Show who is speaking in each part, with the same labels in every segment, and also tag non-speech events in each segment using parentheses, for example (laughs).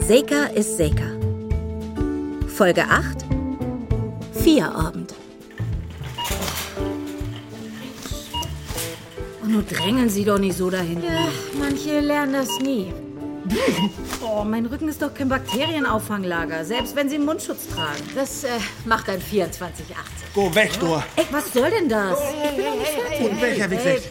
Speaker 1: Seka ist Seka. Folge 8 Vierabend.
Speaker 2: Und nun drängeln Sie doch nicht so dahin.
Speaker 3: Ja, manche lernen das nie.
Speaker 2: (laughs) Oh, mein Rücken ist doch kein Bakterienauffanglager, selbst wenn Sie einen Mundschutz tragen.
Speaker 3: Das äh, macht ein 2480.
Speaker 4: Go weg, du.
Speaker 2: Ey, was soll denn das?
Speaker 4: Und weg, Herr Wichsig.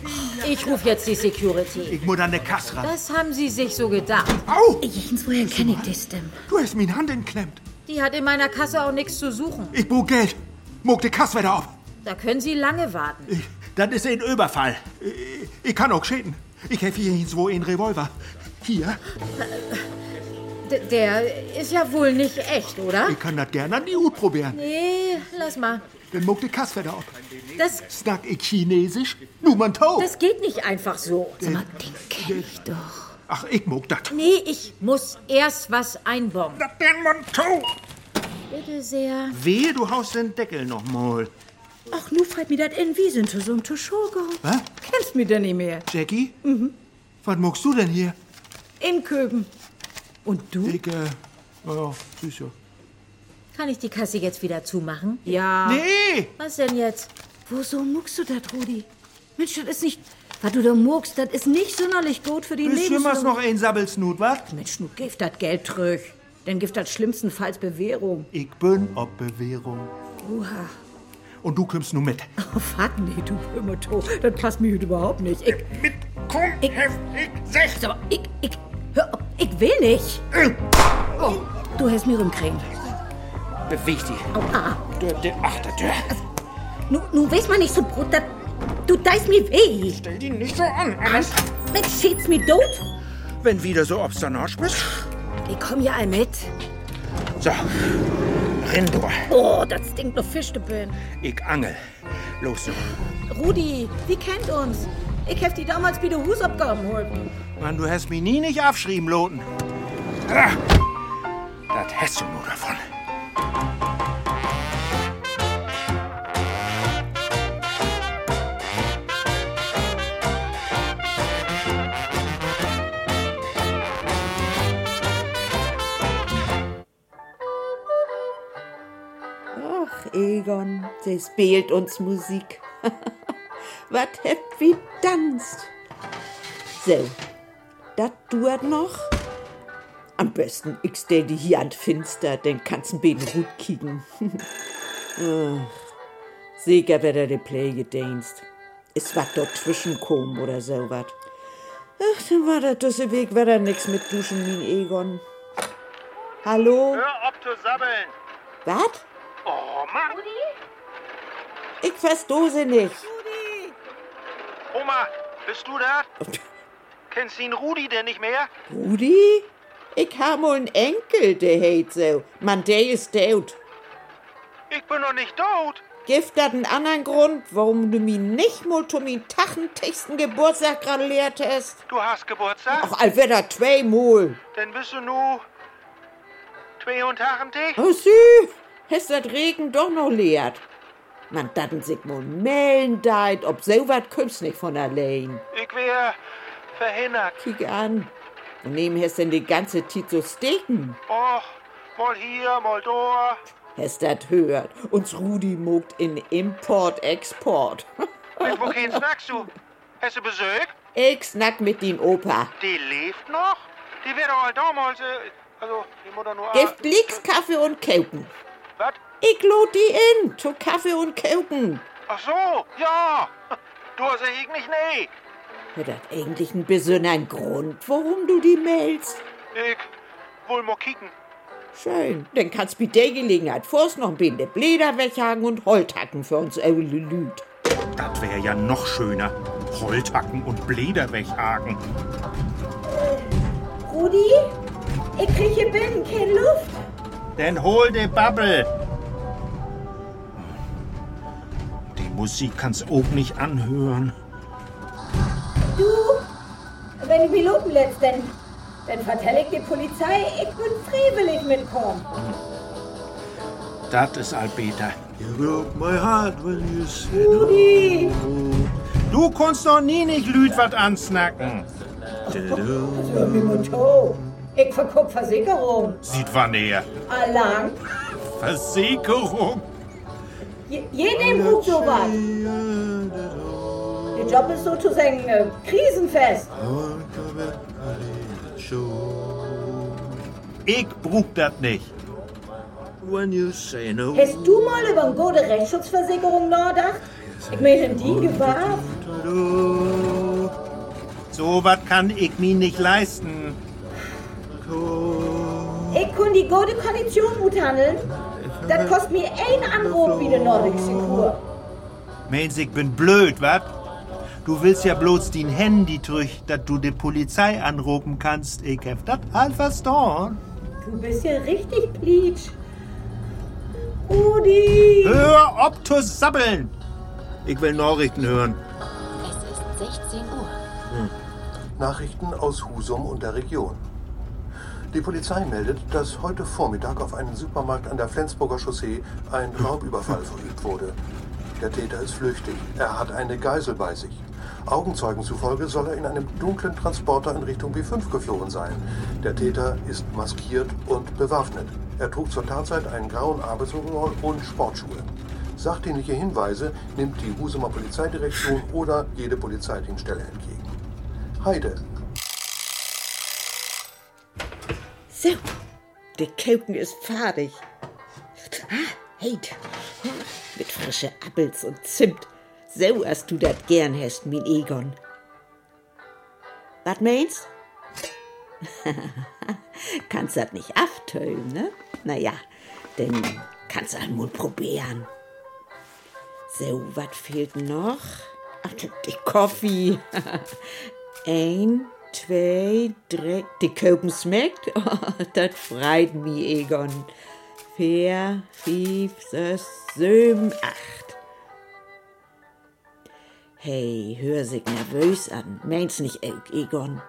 Speaker 3: Ich rufe jetzt die Security.
Speaker 4: Ich muss an der Kasse ran.
Speaker 3: Das haben Sie sich so gedacht.
Speaker 4: Au!
Speaker 1: Jenswoher kenne ich das denn?
Speaker 4: Du hast mir Hand entklemmt.
Speaker 3: Die hat in meiner Kasse auch nichts zu suchen.
Speaker 4: Ich brauch Geld. Mog die Kasse wieder auf.
Speaker 3: Da können Sie lange warten.
Speaker 4: Ich, das ist ein Überfall. Ich, ich kann auch schäden. Ich helfe hier so in Revolver. Hier,
Speaker 3: D der ist ja wohl nicht echt, oder?
Speaker 4: ich kann das gerne an die Hut probieren.
Speaker 3: Nee, lass mal.
Speaker 4: Dann mog die Kasse wieder auf.
Speaker 3: Das,
Speaker 4: Snack ich Chinesisch? Nur man tau.
Speaker 3: das geht nicht einfach so.
Speaker 1: Den kenne ich doch.
Speaker 4: Ach, ich mog das.
Speaker 3: Nee, ich muss erst was einbauen.
Speaker 4: Das denn man tau.
Speaker 3: Bitte sehr.
Speaker 4: Wehe, du haust den Deckel noch mal.
Speaker 1: Ach, nu fällt mir das in, wie sind zu so einem Tischorgo.
Speaker 4: Hä?
Speaker 2: Kennst mich denn nicht mehr?
Speaker 4: Jackie? Mhm. Was mogst du denn hier?
Speaker 2: In Köben. Und du?
Speaker 4: Ich, äh, oh, süß ja.
Speaker 3: Kann ich die Kasse jetzt wieder zumachen?
Speaker 2: Ja.
Speaker 4: Nee!
Speaker 3: Was denn jetzt?
Speaker 2: Wieso muckst du das, Rudi? Mensch, das ist nicht... Was du da muckst, das ist nicht sonderlich gut für die
Speaker 4: Bis schwimmerst noch ein Sabbelsnut, wat?
Speaker 2: Mensch, nun gib das Geld zurück. Denn gibt das schlimmstenfalls Bewährung.
Speaker 4: Ich bin ob Bewährung.
Speaker 2: Uha.
Speaker 4: Und du kommst nur mit.
Speaker 2: Oh, fuck, nee, du Primoto. Das passt mir heute überhaupt nicht. Ich,
Speaker 4: Mit, komm, ich, heftig, sech.
Speaker 2: aber ich, ich, hör auf, ich will nicht. Oh, du hast mir rumkriegen.
Speaker 5: Beweg die. Dör, dör, ach, der Dörr.
Speaker 2: ah, Nu, nu weiß man nicht so brot, dat, du deist mir weh.
Speaker 5: Stell die nicht so an, Ernst.
Speaker 2: Mensch, schätz mir tot.
Speaker 5: Wenn wieder so obstinat bist.
Speaker 2: Ich komm ja all mit.
Speaker 5: So, renn durch.
Speaker 2: Oh, das stinkt noch Fischstüppeln.
Speaker 5: Ich angel. Los, so.
Speaker 2: Rudi, die kennt uns. Ich hab die damals wieder Husaufgaben geholfen.
Speaker 4: Mann, du hast mich nie nicht abschrieben, Loten.
Speaker 5: Ah, Das hast du nur davon.
Speaker 6: Ach, Egon, sie spielt uns Musik. (laughs) Was habt wie tanzt? So, das duert noch. Am besten, ich stell die hier an Finster, den kannst du Beten gut kicken. (laughs) Ach, sicher wird er die Play gedainst. Es war dort zwischenkom oder so wat. Ach, dann war der Düsselweg, wird er nix mit duschen, mein Egon. Hallo?
Speaker 7: Hör ob zu sabbeln.
Speaker 6: Wat?
Speaker 7: Oh Mann.
Speaker 6: Ich verstehe sie nicht.
Speaker 7: Oma, bist du das? Kennst den Rudi denn nicht mehr?
Speaker 6: Rudi? Ich habe wohl einen Enkel, der heißt so. Man, der ist tot.
Speaker 7: Ich bin noch nicht tot.
Speaker 6: Gibt das einen anderen Grund, warum du mir nicht mal zu meinem tachentechsten Geburtstag gratuliert hast?
Speaker 7: Du hast Geburtstag?
Speaker 6: Ach, Alwetter, zweimal.
Speaker 7: Dann bist du nu 82?
Speaker 6: Oh, süß. Hast das Regen doch noch leert? Man, dat ein Sigmund Mellen deit, ob so wat kommst nicht von allein.
Speaker 7: Ich wär verhindert.
Speaker 6: Kick an. Und neben hast denn die ganze Zeit so Steken.
Speaker 7: Och, mal hier, mal da.
Speaker 6: Hast dat hört. Uns Rudi mogt in (laughs) Import-Export.
Speaker 7: Mit wo gehen snackst du? Hast du Besuch?
Speaker 6: Ich snack mit dem Opa.
Speaker 7: Die lebt noch? Die wär doch all damals, äh, also, die Mutter nur...
Speaker 6: Gift liegt Kaffee und Kauken.
Speaker 7: Was?
Speaker 6: Ich lud die in zu Kaffee und Kauken.
Speaker 7: Ach so, Ah, ja. (laughs) Du hast ja ich nicht, nee.
Speaker 6: Hat das eigentlich ein bisschen einen Grund, warum du die mailst?
Speaker 7: Ich wohl mal kicken.
Speaker 6: Schön, dann kannst du bei der Gelegenheit vorst noch ein bisschen Bläder weghaken und Holthacken für uns äh, alle Lüd.
Speaker 5: Das wäre ja noch schöner. Holthacken und Bläder weghaken.
Speaker 2: Rudi, ich krieg hier binnen keine Luft.
Speaker 4: Dann hol die Bubble.
Speaker 5: Die Musik kannst auch nicht anhören.
Speaker 2: Wenn du Piloten lässt, dann, dann vertelle ich die Polizei, ich bin freiwillig mitkommen.
Speaker 5: Das ist Albeter.
Speaker 4: You broke my heart when you said Rudi.
Speaker 5: Du konntest doch nie nicht Lüd was ansnacken.
Speaker 2: Piloto,
Speaker 7: Ich verkupp Versicherung.
Speaker 4: Sieht wann her.
Speaker 7: Alarm.
Speaker 4: Versicherung.
Speaker 7: Je, jedem ruft sowas. Der Job ist sozusagen äh, krisenfest.
Speaker 4: Ich brauch das nicht.
Speaker 7: Hast du mal über eine gute Rechtsschutzversicherung nachgedacht? Ich meine, die Gefahr.
Speaker 4: So was kann ich mir nicht leisten.
Speaker 7: Ich kann die gute Kondition gut handeln. Das kostet mir ein Anruf wie der Nordic Secure.
Speaker 4: Meinst ich bin blöd, wat? Du willst ja bloß dein Handy durch, dat du die Polizei anrufen kannst. Ich hab dat halb verstanden.
Speaker 7: Du bist ja richtig pleatsch. Rudi!
Speaker 4: Hör ob zu sabbeln! Ich will Nachrichten hören.
Speaker 8: Es ist 16 Uhr.
Speaker 9: Nachrichten aus Husum und der Region. Die Polizei meldet, dass heute Vormittag auf einem Supermarkt an der Flensburger Chaussee ein Raubüberfall verübt wurde. Der Täter ist flüchtig. Er hat eine Geisel bei sich. Augenzeugen zufolge soll er in einem dunklen Transporter in Richtung B5 geflohen sein. Der Täter ist maskiert und bewaffnet. Er trug zur Tatzeit einen grauen Arbeitsoverall und Sportschuhe. Sachdienliche Hinweise nimmt die Husumer Polizeidirektion oder jede Polizeidienststelle entgegen. Heide.
Speaker 6: So, der Kelken ist fadig. Ah, Heid, mit frische Appels und Zimt. So hast du dat gern, hast, mein Egon. Was meinst? (laughs) kannst dat nicht aftönen, ne? Naja, dann kannst du einmal probieren. So, was fehlt noch? Ach, die (laughs) Kaffee. Ein, zwei, drei. Die Köpen schmeckt? (laughs) Oh, das freut mich, Egon. Vier, fünf, sechs, sieben, acht. Hey, hör sich nervös an. Meins nicht, Elk, Egon.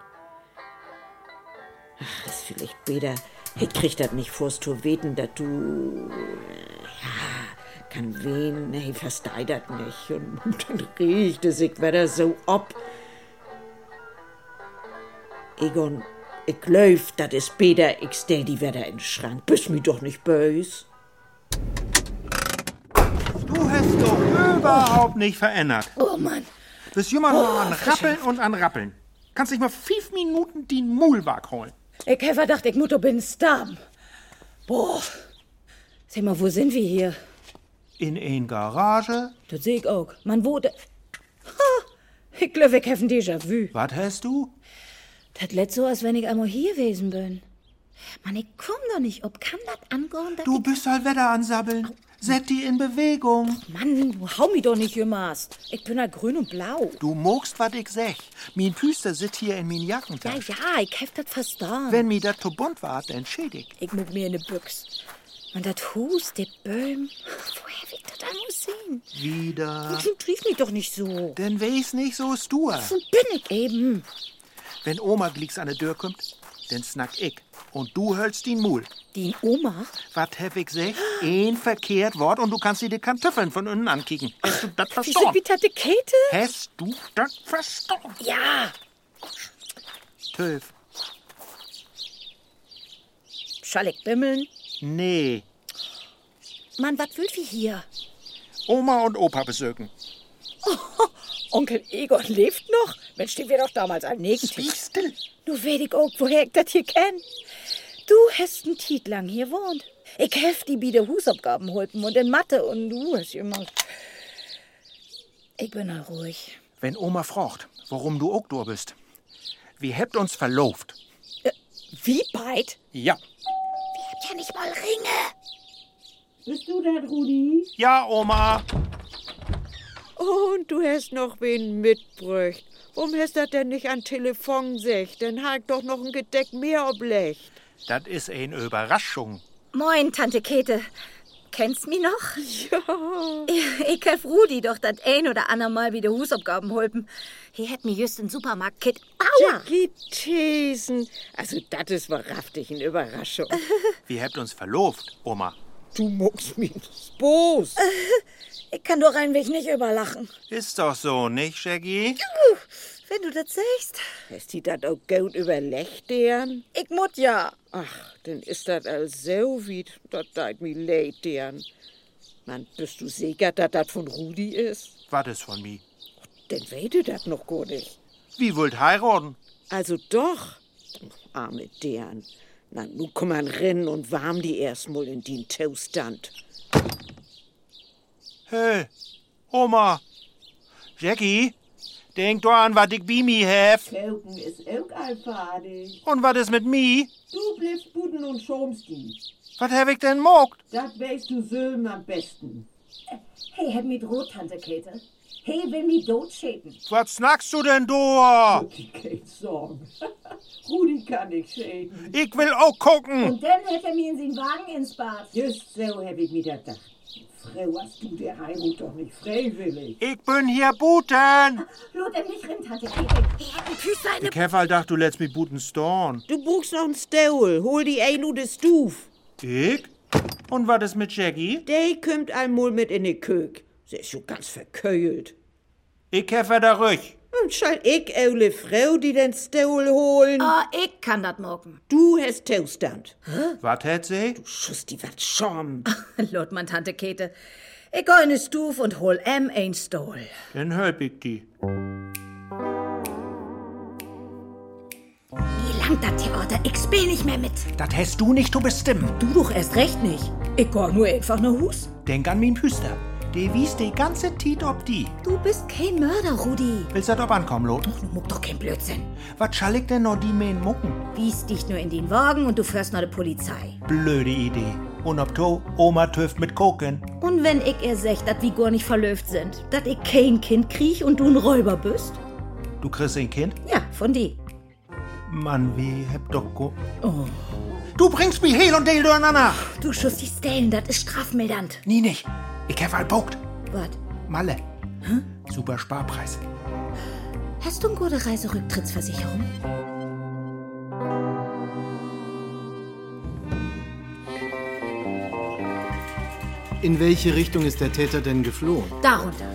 Speaker 6: Ach, ist vielleicht besser. Ich krieg das nicht vors Tor weten, dass du. Ja, kann wen. Hey, verstei dat nicht. Und (laughs) dann riecht es sich wieder so ob. Egon, ich läuf, das ist Peter, ich stell die Wetter in den Schrank. Bist mir doch nicht böse.
Speaker 4: Du hast doch überhaupt nicht verändert.
Speaker 3: Oh Mann.
Speaker 4: Bist jemand nur an Rappeln und an Rappeln. Kannst dich mal fünf Minuten den Mulwag holen.
Speaker 3: Ich habe gedacht, ich muss doch bin sterben. Boah. Sag mal, wo sind wir hier?
Speaker 4: In ein Garage.
Speaker 3: Das seh ich auch. Man wohnt... Ha! Ich glaube, ich habe ein Déjà-vu.
Speaker 4: Was hast du?
Speaker 3: Das lädt so, als wenn ich einmal hier gewesen bin. Mann, ich komm doch nicht ob. Kann das angehen? dass
Speaker 4: Du bist halt Wetter ansabbeln. Set die in Bewegung.
Speaker 3: ich... Mann, du hau mich doch nicht gemaßt. Ich bin halt grün und blau.
Speaker 4: Du mogst, was ich sag. Min Füße sit hier in min
Speaker 3: Ja,
Speaker 4: Jackentasche.
Speaker 3: ja, ich hab das verstanden.
Speaker 4: Wenn mir dat zu bunt war, dann schädig.
Speaker 3: Ich muck mir in die Büchs. Und das Hus, der Böhm. Woher hab ich das alles sehen?
Speaker 4: Wieder.
Speaker 3: Du (laughs) trief mich doch nicht so.
Speaker 4: Denn weiß nicht so stur.
Speaker 3: So bin ich eben.
Speaker 4: Wenn Oma Glicks an der Tür kommt, dann snack ich. Und du hölst den Mul.
Speaker 3: Die Oma?
Speaker 4: Was hab ich gesagt? Ein verkehrt Wort und du kannst dir die Kartoffeln von innen ankicken. Hast du das
Speaker 3: Die sind
Speaker 4: verstanden?
Speaker 3: wie Tante Käthe?
Speaker 4: Hast du das verstanden?
Speaker 3: Ja.
Speaker 4: Töf.
Speaker 3: Schall ich bimmeln?
Speaker 4: Nee.
Speaker 3: Mann, was will wir hier?
Speaker 4: Oma und Opa besögen.
Speaker 3: Onkel Egon lebt noch? Mensch, den wir doch damals am nächsten
Speaker 4: Wie still.
Speaker 3: Nur weet ich auch, woher ich das hier kenn. Du hast einen Tiet lang hier wohnt. Ich helf die biede Husaufgaben holpen und in Mathe und du hast immer. Ich bin halt ruhig.
Speaker 4: Wenn Oma fragt, warum du Oktor bist. Wir habt uns verlobt.
Speaker 3: Wie beid?
Speaker 4: Ja.
Speaker 3: Ja, nicht mal Ringe.
Speaker 4: Ja, Oma.
Speaker 6: Und du hast noch wen mitbrücht. Warum hast du das denn nicht an Telefon gesagt? Dann hag doch noch ein Gedeck mehr oblecht.
Speaker 4: Das ist eine Überraschung.
Speaker 3: Moin, Tante Käthe. Kennst mich noch? Ja. Ich, ich helf Rudi doch dat ein oder ander Mal wieder Husaufgaben holpen. Hier hätt mir just in Supermarkt Kit. Aua!
Speaker 6: Die Thesen. Also, das ist wahrhaftig eine Überraschung.
Speaker 4: Wir habt uns verlobt, Oma.
Speaker 6: Du muckst mich nicht Boos.
Speaker 3: Ich kann doch ein wenig nicht überlachen.
Speaker 4: Ist doch so, nicht, Shaggy?
Speaker 3: Wenn du das sagst.
Speaker 6: Hast die das auch gut überlegt, deren?
Speaker 3: Ich mut ja.
Speaker 6: Ach, dann ist das also wie, das tut mir leid, deren. Mann, bist du sicher, dass das von Rudi ist?
Speaker 4: War das von mir?
Speaker 6: Dann weißt du das noch gar nicht.
Speaker 4: Wie wollt heiraten?
Speaker 6: Also doch, arme deren. Na, nun komm an rennen und warm die erstmal in den Toaststand.
Speaker 4: Hey, Oma. Jackie, denk doch an, was ich bei mir hef.
Speaker 6: Kelken ist auch allfadig.
Speaker 4: Und was ist mit mir?
Speaker 6: Du bliffst Buden und schomst die.
Speaker 4: Was hab ich denn mogt?
Speaker 6: Das weißt du Söhm am besten.
Speaker 7: Hey, halt hätt mich droht, Tante Käthe. Hey, will mich tot schäden.
Speaker 4: Was snackst du denn, du?
Speaker 6: Die Kate Song. (laughs) Rudi kann nicht schäden.
Speaker 4: Ich will auch gucken.
Speaker 7: Und dann hätt er mir in den Wagen ins Bad.
Speaker 6: Just so hab ich mir das gedacht. Frau, hast du der Heirat doch nicht freiwillig.
Speaker 4: Ich bin hier buten.
Speaker 7: Lot er mich rin, Tante Käthe.
Speaker 3: Ich hätte Füß seine.
Speaker 4: Ich hef all gedacht, du lässt mich buten storn.
Speaker 6: Du buchst noch einen Stowel. Hol die ein oder Stuf.
Speaker 4: Ich? Und was ist mit Jackie?
Speaker 6: Der kommt einmal mit in die Kök. Sie ist schon ganz verköhlt.
Speaker 4: Ich hef er da ruhig.
Speaker 6: Und schall ich ole Frau, die den Stowel holen.
Speaker 3: Oh, ich kann das morgen. (laughs)
Speaker 6: Du hast Toaststand.
Speaker 4: Was hat sie?
Speaker 6: Schuss, die wird Scham.
Speaker 3: Lot man Tante Käthe. Ich geh in die Stuf und hol M ein Stol.
Speaker 4: Dann hör ich die.
Speaker 3: Wie lang das Theater? Ich spiel nicht mehr mit.
Speaker 10: Das hast du nicht zu bestimmen.
Speaker 3: Du doch erst recht nicht. Ich geh nur einfach nur Hus.
Speaker 10: Denk an mein Püster.
Speaker 4: Die wies die ganze Tiet ob die.
Speaker 3: Du bist kein Mörder, Rudi.
Speaker 4: Willst du das ob ankommen, Lot?
Speaker 3: Du muck doch kein Blödsinn.
Speaker 4: Was schall ich denn noch die Mähen mucken?
Speaker 3: Wies dich nur in den Wagen und du fährst nach der Polizei.
Speaker 4: Blöde Idee. Und ob to Oma töft mit Koken.
Speaker 3: Und wenn ich ihr sech, dat wir gar nicht verlöft sind, dat ich kein Kind krieg und du ein Räuber bist?
Speaker 4: Du kriegst ein Kind?
Speaker 3: Ja, von dir.
Speaker 4: Mann, wie hab doch go.
Speaker 10: Oh.
Speaker 4: Du bringst mich Hehl und Dale durcheinander.
Speaker 3: Du schuss dich stellen, dat ist strafmildernd.
Speaker 10: Nie nicht. Ich hab all bogt.
Speaker 3: Wat?
Speaker 10: Malle.
Speaker 4: Hm?
Speaker 10: Super Sparpreis.
Speaker 3: Hast du eine gute Reiserücktrittsversicherung?
Speaker 11: In welche Richtung ist der Täter denn geflohen?
Speaker 3: Darunter.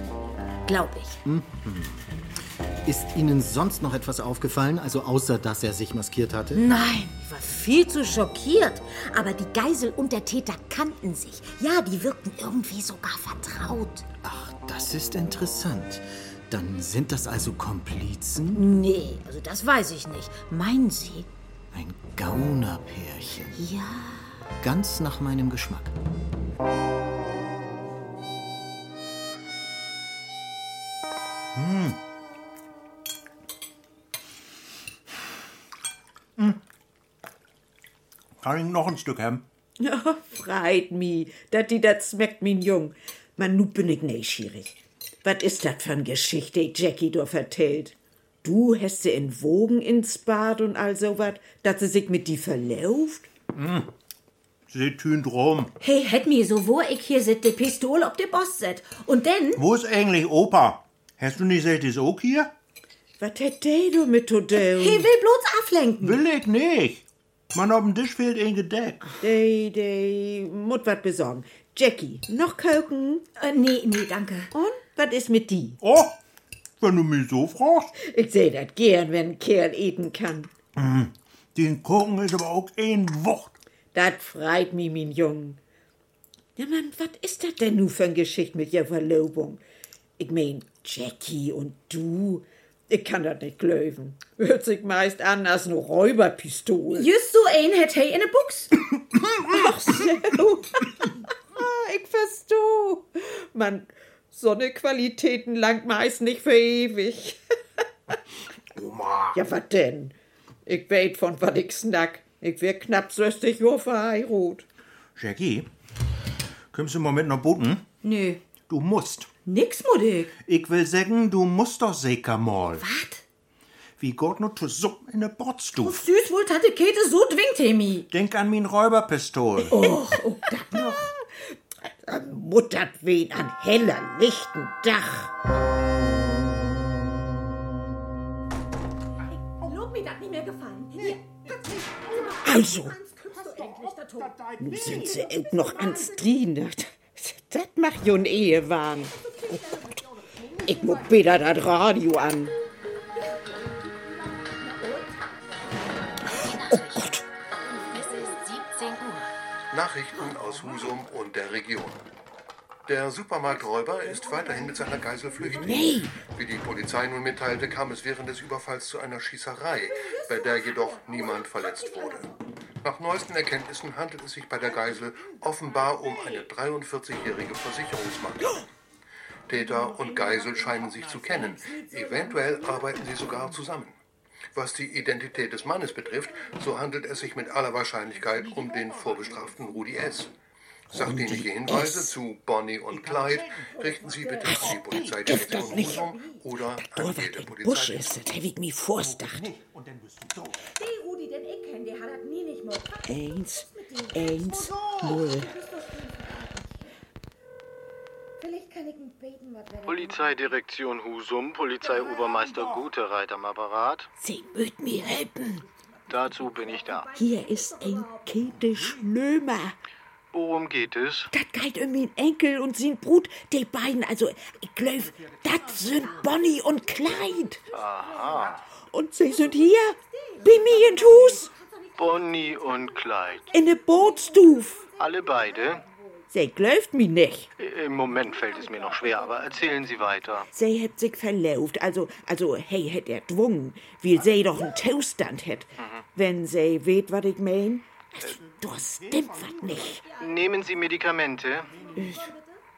Speaker 3: Glaub ich.
Speaker 11: Ist Ihnen sonst noch etwas aufgefallen, also außer dass er sich maskiert hatte?
Speaker 3: Nein, ich war viel zu schockiert. Aber die Geisel und der Täter kannten sich. Ja, die wirkten irgendwie sogar vertraut.
Speaker 11: Ach, das ist interessant. Dann sind das also Komplizen?
Speaker 3: Nee, also das weiß ich nicht. Meinen Sie?
Speaker 11: Ein Gaunerpärchen.
Speaker 3: Ja.
Speaker 11: Ganz nach meinem Geschmack.
Speaker 4: Kann ich noch ein Stück haben?
Speaker 6: (laughs) Oh, freit mi, dat die dat schmeckt min Jung. Man, nu bin ich neugierig. Was ist dat für Geschichte, die Jackie do vertellt? Du hast sie in Wogen ins Bad und all so wat, dat sie sich mit die verläuft?
Speaker 4: Sie tünt rum.
Speaker 3: Hey, hätt mir so, wo ich hier sit, die Pistole ob de Boss set. Und denn?
Speaker 4: Wo ist eigentlich Opa? Hast du nicht gesagt, ist auch hier?
Speaker 6: Wat hat der do mit to
Speaker 3: (laughs) Hey,
Speaker 6: doen?
Speaker 3: will bloß ablenken.
Speaker 4: Will ich nicht. Mann, auf dem Tisch fehlt ein Gedeck.
Speaker 6: Dei, dei, mut wat besorgen. Jackie, noch kauken?
Speaker 3: Äh, nee, nee, danke.
Speaker 6: Und wat ist mit die?
Speaker 4: Oh, wenn du mich so fragst.
Speaker 6: Ich seh dat gern, wenn ein Kerl eten kann.
Speaker 4: Den Kuchen ist aber auch ein Wucht.
Speaker 6: Dat freit mi, min Jung. Na Mann, wat ist dat denn nu für ein Geschicht mit der Verlobung? Ich mein, Jackie und du, ich kann dat nicht glauben. Hört sich meist an als ne Räuberpistole.
Speaker 3: Just so ein hätt hey in de Buchs.
Speaker 6: (laughs) ich verstehe. Man, so ne Qualitäten langt meist nicht für ewig. (laughs) Oma. Ja, wat denn? Ich weet von wat ich snack. Ich wär knapp 60 Jahre verheiratet.
Speaker 4: Jackie, kommst du im Moment noch buten?
Speaker 3: Nö,
Speaker 4: Du musst.
Speaker 3: nix muss ich.
Speaker 4: Ich will sagen, du musst doch sicher mal.
Speaker 3: Wat?
Speaker 4: Wie Gott nur zu suppen in der Bordstuf.
Speaker 3: Süß wohl Tante Käthe so zwingt, Hemi.
Speaker 4: Denk an mein Räuberpistol.
Speaker 3: Oh.
Speaker 6: Muttert wen an heller, lichten Dach.
Speaker 3: Lob mir dat nicht mehr gefallen.
Speaker 6: Also, nun sind sie eben noch ans Drehen. Das macht ja ein Ehewahn. Ich muck wieder das Radio an.
Speaker 9: Nachrichten aus Husum und der Region. Der Supermarkträuber ist weiterhin mit seiner Geisel flüchtig.
Speaker 6: Nee.
Speaker 9: Wie die Polizei nun mitteilte, kam es während des Überfalls zu einer Schießerei, bei der jedoch niemand verletzt wurde. Nach neuesten Erkenntnissen handelt es sich bei der Geisel offenbar um eine 43-jährige Versicherungsmaklerin. Täter und Geisel scheinen sich zu kennen. Eventuell arbeiten sie sogar zusammen. Was die Identität des Mannes betrifft, so handelt es sich mit aller Wahrscheinlichkeit um den vorbestraften Rudi S. Sachdienliche Hinweise zu Bonnie und Clyde richten Sie bitte an die Polizeidirektion Husum oder an jede
Speaker 6: Busch
Speaker 9: Polizei.
Speaker 6: ist, das hätte ich mir vorgedacht.
Speaker 12: Seh, Rudi, denn ich kenn die, hat nie nicht mehr.
Speaker 6: Eins, eins, null.
Speaker 12: Vielleicht kann ich ihn beten, was wenn
Speaker 13: Polizeidirektion Husum, Polizeiobermeister Gutereit am Apparat.
Speaker 6: Sie mögt mir helfen.
Speaker 13: Dazu bin ich da.
Speaker 6: Hier ist ein Käthe Schlömer.
Speaker 13: Worum geht es?
Speaker 6: Das geht um den Enkel und sein Brut, die beiden. Also, ich glaube, das sind Bonnie und Clyde.
Speaker 13: Aha.
Speaker 6: Und sie sind hier, bei mir in Hus,
Speaker 13: Bonnie und Clyde.
Speaker 6: in der Bootsstuf.
Speaker 13: Alle beide?
Speaker 6: Sie glaubt mir nicht.
Speaker 13: Äh, Im Moment fällt es mir noch schwer, aber erzählen Sie weiter.
Speaker 6: Sie hat sich verlauft, also, also, hey, hätt er dwungen, wie sie doch einen Zustand hätt. Wenn sie weht, was ich mein, also, da stimmt was nicht.
Speaker 13: Nehmen Sie Medikamente?
Speaker 6: Ich-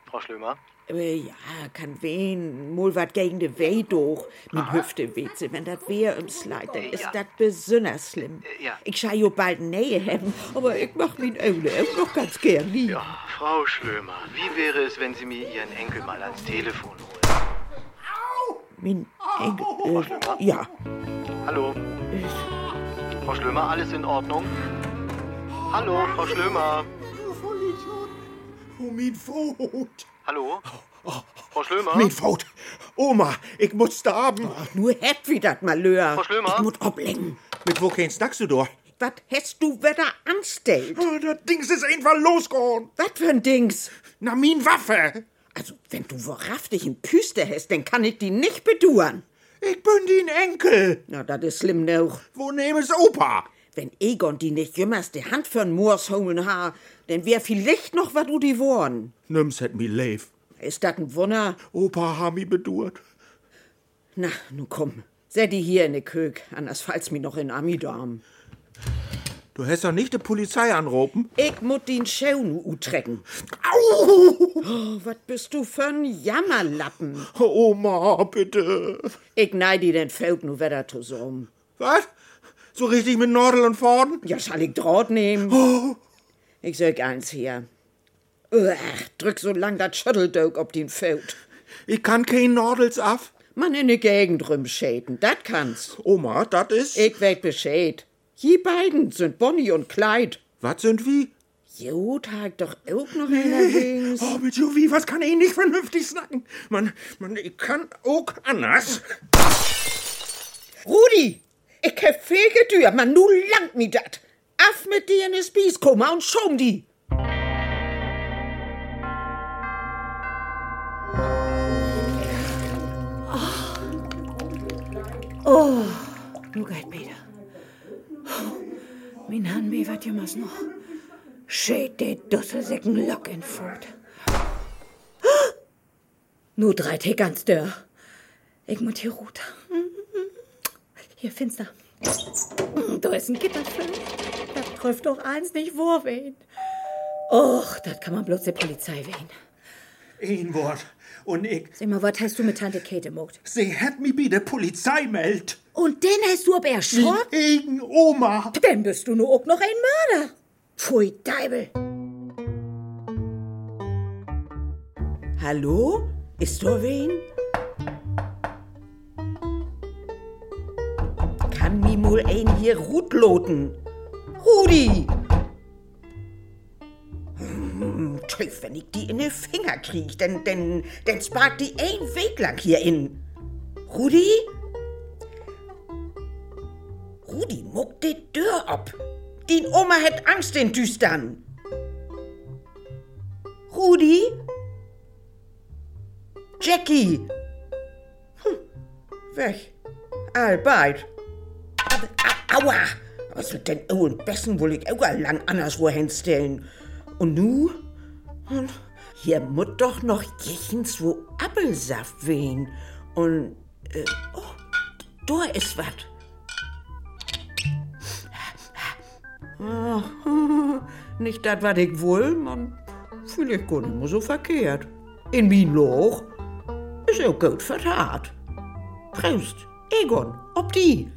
Speaker 13: Frau Schlömer?
Speaker 6: Äh, ja, kann wen, mul wat gegen de Weh durch, mit Hüfte weht sie, wenn dat Wehr im Slide, dann ist
Speaker 13: Ja.
Speaker 6: dat besonders schlimm.
Speaker 13: ja.
Speaker 6: Ich schei jo bald Nähe haben, aber ich mach min Öle auch noch ganz gern lieb.
Speaker 13: Frau Schlömer, wie wäre es, wenn Sie mir Ihren Enkel mal ans Telefon holen?
Speaker 6: Min Enkel, äh, ja.
Speaker 13: Hallo? Frau Schlömer, alles in Ordnung? Hallo, Frau Schlömer?
Speaker 4: Oh, mein Foot.
Speaker 13: Hallo? Frau Schlömer?
Speaker 4: Mein Foot. Oma, ich muss sterben.
Speaker 6: nur hätt wie dat Malheur.
Speaker 4: Frau Schlömer? Ich muss
Speaker 6: ablenken.
Speaker 4: Mit wo kennst du da?
Speaker 6: Wat hättst du wieder anstellt?
Speaker 4: Oh, das Dings ist einfach losgehauen.
Speaker 6: Was für ein Dings?
Speaker 4: Na, min Waffe.
Speaker 6: Also, wenn du wahrhaftig ein Püster hast, dann kann ich die nicht beduern.
Speaker 4: Ich bin din Enkel.
Speaker 6: Na, das ist schlimm noch.
Speaker 4: Wo nehm es Opa?
Speaker 6: Wenn Egon die nicht jümmers die Hand für Moors holen ha, dann wär vielleicht noch wat u die worn.
Speaker 4: Nimm's het mi leif.
Speaker 6: Ist dat ein Wunder?
Speaker 4: Opa ha mi bedurt.
Speaker 6: Na, nun komm. Seh die hier in de Kök, anders fall's mir noch in Amidarm.
Speaker 4: Du hast doch nicht die Polizei anrufen?
Speaker 6: Ich mut den Schauen utrecken.
Speaker 4: Au! (laughs)
Speaker 6: Oh, wat bist du für ein Jammerlappen?
Speaker 4: Oma, bitte.
Speaker 6: Ich neid dir den Feld nur wieder um. zusammen.
Speaker 4: Was? So richtig mit Nordel und Forden?
Speaker 6: Ja, schall ich Draht nehmen. Oh. Ich sag eins hier. Uah, drück so lang dat Schütteldeuk ob den Feld.
Speaker 4: Ich kann kein Nordels af.
Speaker 6: Man in die Gegend rumschäden, dat kannst.
Speaker 4: Oma, dat is.
Speaker 6: Ich weet Bescheid. Die beiden sind Bonnie und Clyde.
Speaker 4: Was sind wie?
Speaker 6: Jo, tag doch auch noch
Speaker 4: (laughs)
Speaker 6: allerdings.
Speaker 4: Oh, mit Jovi, was kann ich nicht vernünftig snacken? Man, man, ich kann auch anders.
Speaker 6: Rudi, ich hab fehlgetür, man, nu langt mi dat. Af mit dir in das Bies, komm mal und schaum die.
Speaker 2: Oh, nu geht wieder. Min han mi wat jemals noch. Scheit de dusse Säcken Lock in fort. Nu dreit he ganz dörr. Ich mut hier rut. Hier finster.
Speaker 3: Hm,
Speaker 2: Da ist ein Gitterfeld. Da trifft doch eins nicht wo wen. Och, dat kann man bloß der Polizei wehen.
Speaker 4: Ein Wort. Und ich,
Speaker 2: Sag mal, was hast du mit Tante Käthe mogt?
Speaker 4: sie hätt mi bi de Polizei meldt.
Speaker 2: Und den hast du aber erschrocken?
Speaker 4: Wegen Oma.
Speaker 2: Hm, Dann bist du nur auch noch ein Mörder. Pfui, Deibel.
Speaker 14: Hallo? Ist da wen?
Speaker 6: Kann mi mul ein hier rutloten. Rudi! Hm, Teuf, wenn ich die in den Finger krieg, denn, denn, denn spart die ein Weg lang hier in. Rudi? Rudi muckt die Tür ab. Die Oma hat Angst in Düstern. Rudi? Jackie? Hm, weg. Albeit. Aua! Was wird denn Owen Bessen wohl ich auch lang anderswo hinstellen? Und nu? Und hier mut doch noch jechens wo Appelsaft wehen. Und, äh, oh, da ist wat. Ah, (laughs) nicht dat, wat ich will, man fühl ich gar nicht mehr so verkehrt. In mein Loch ist ja gut vertat. Prost, Egon, ob die.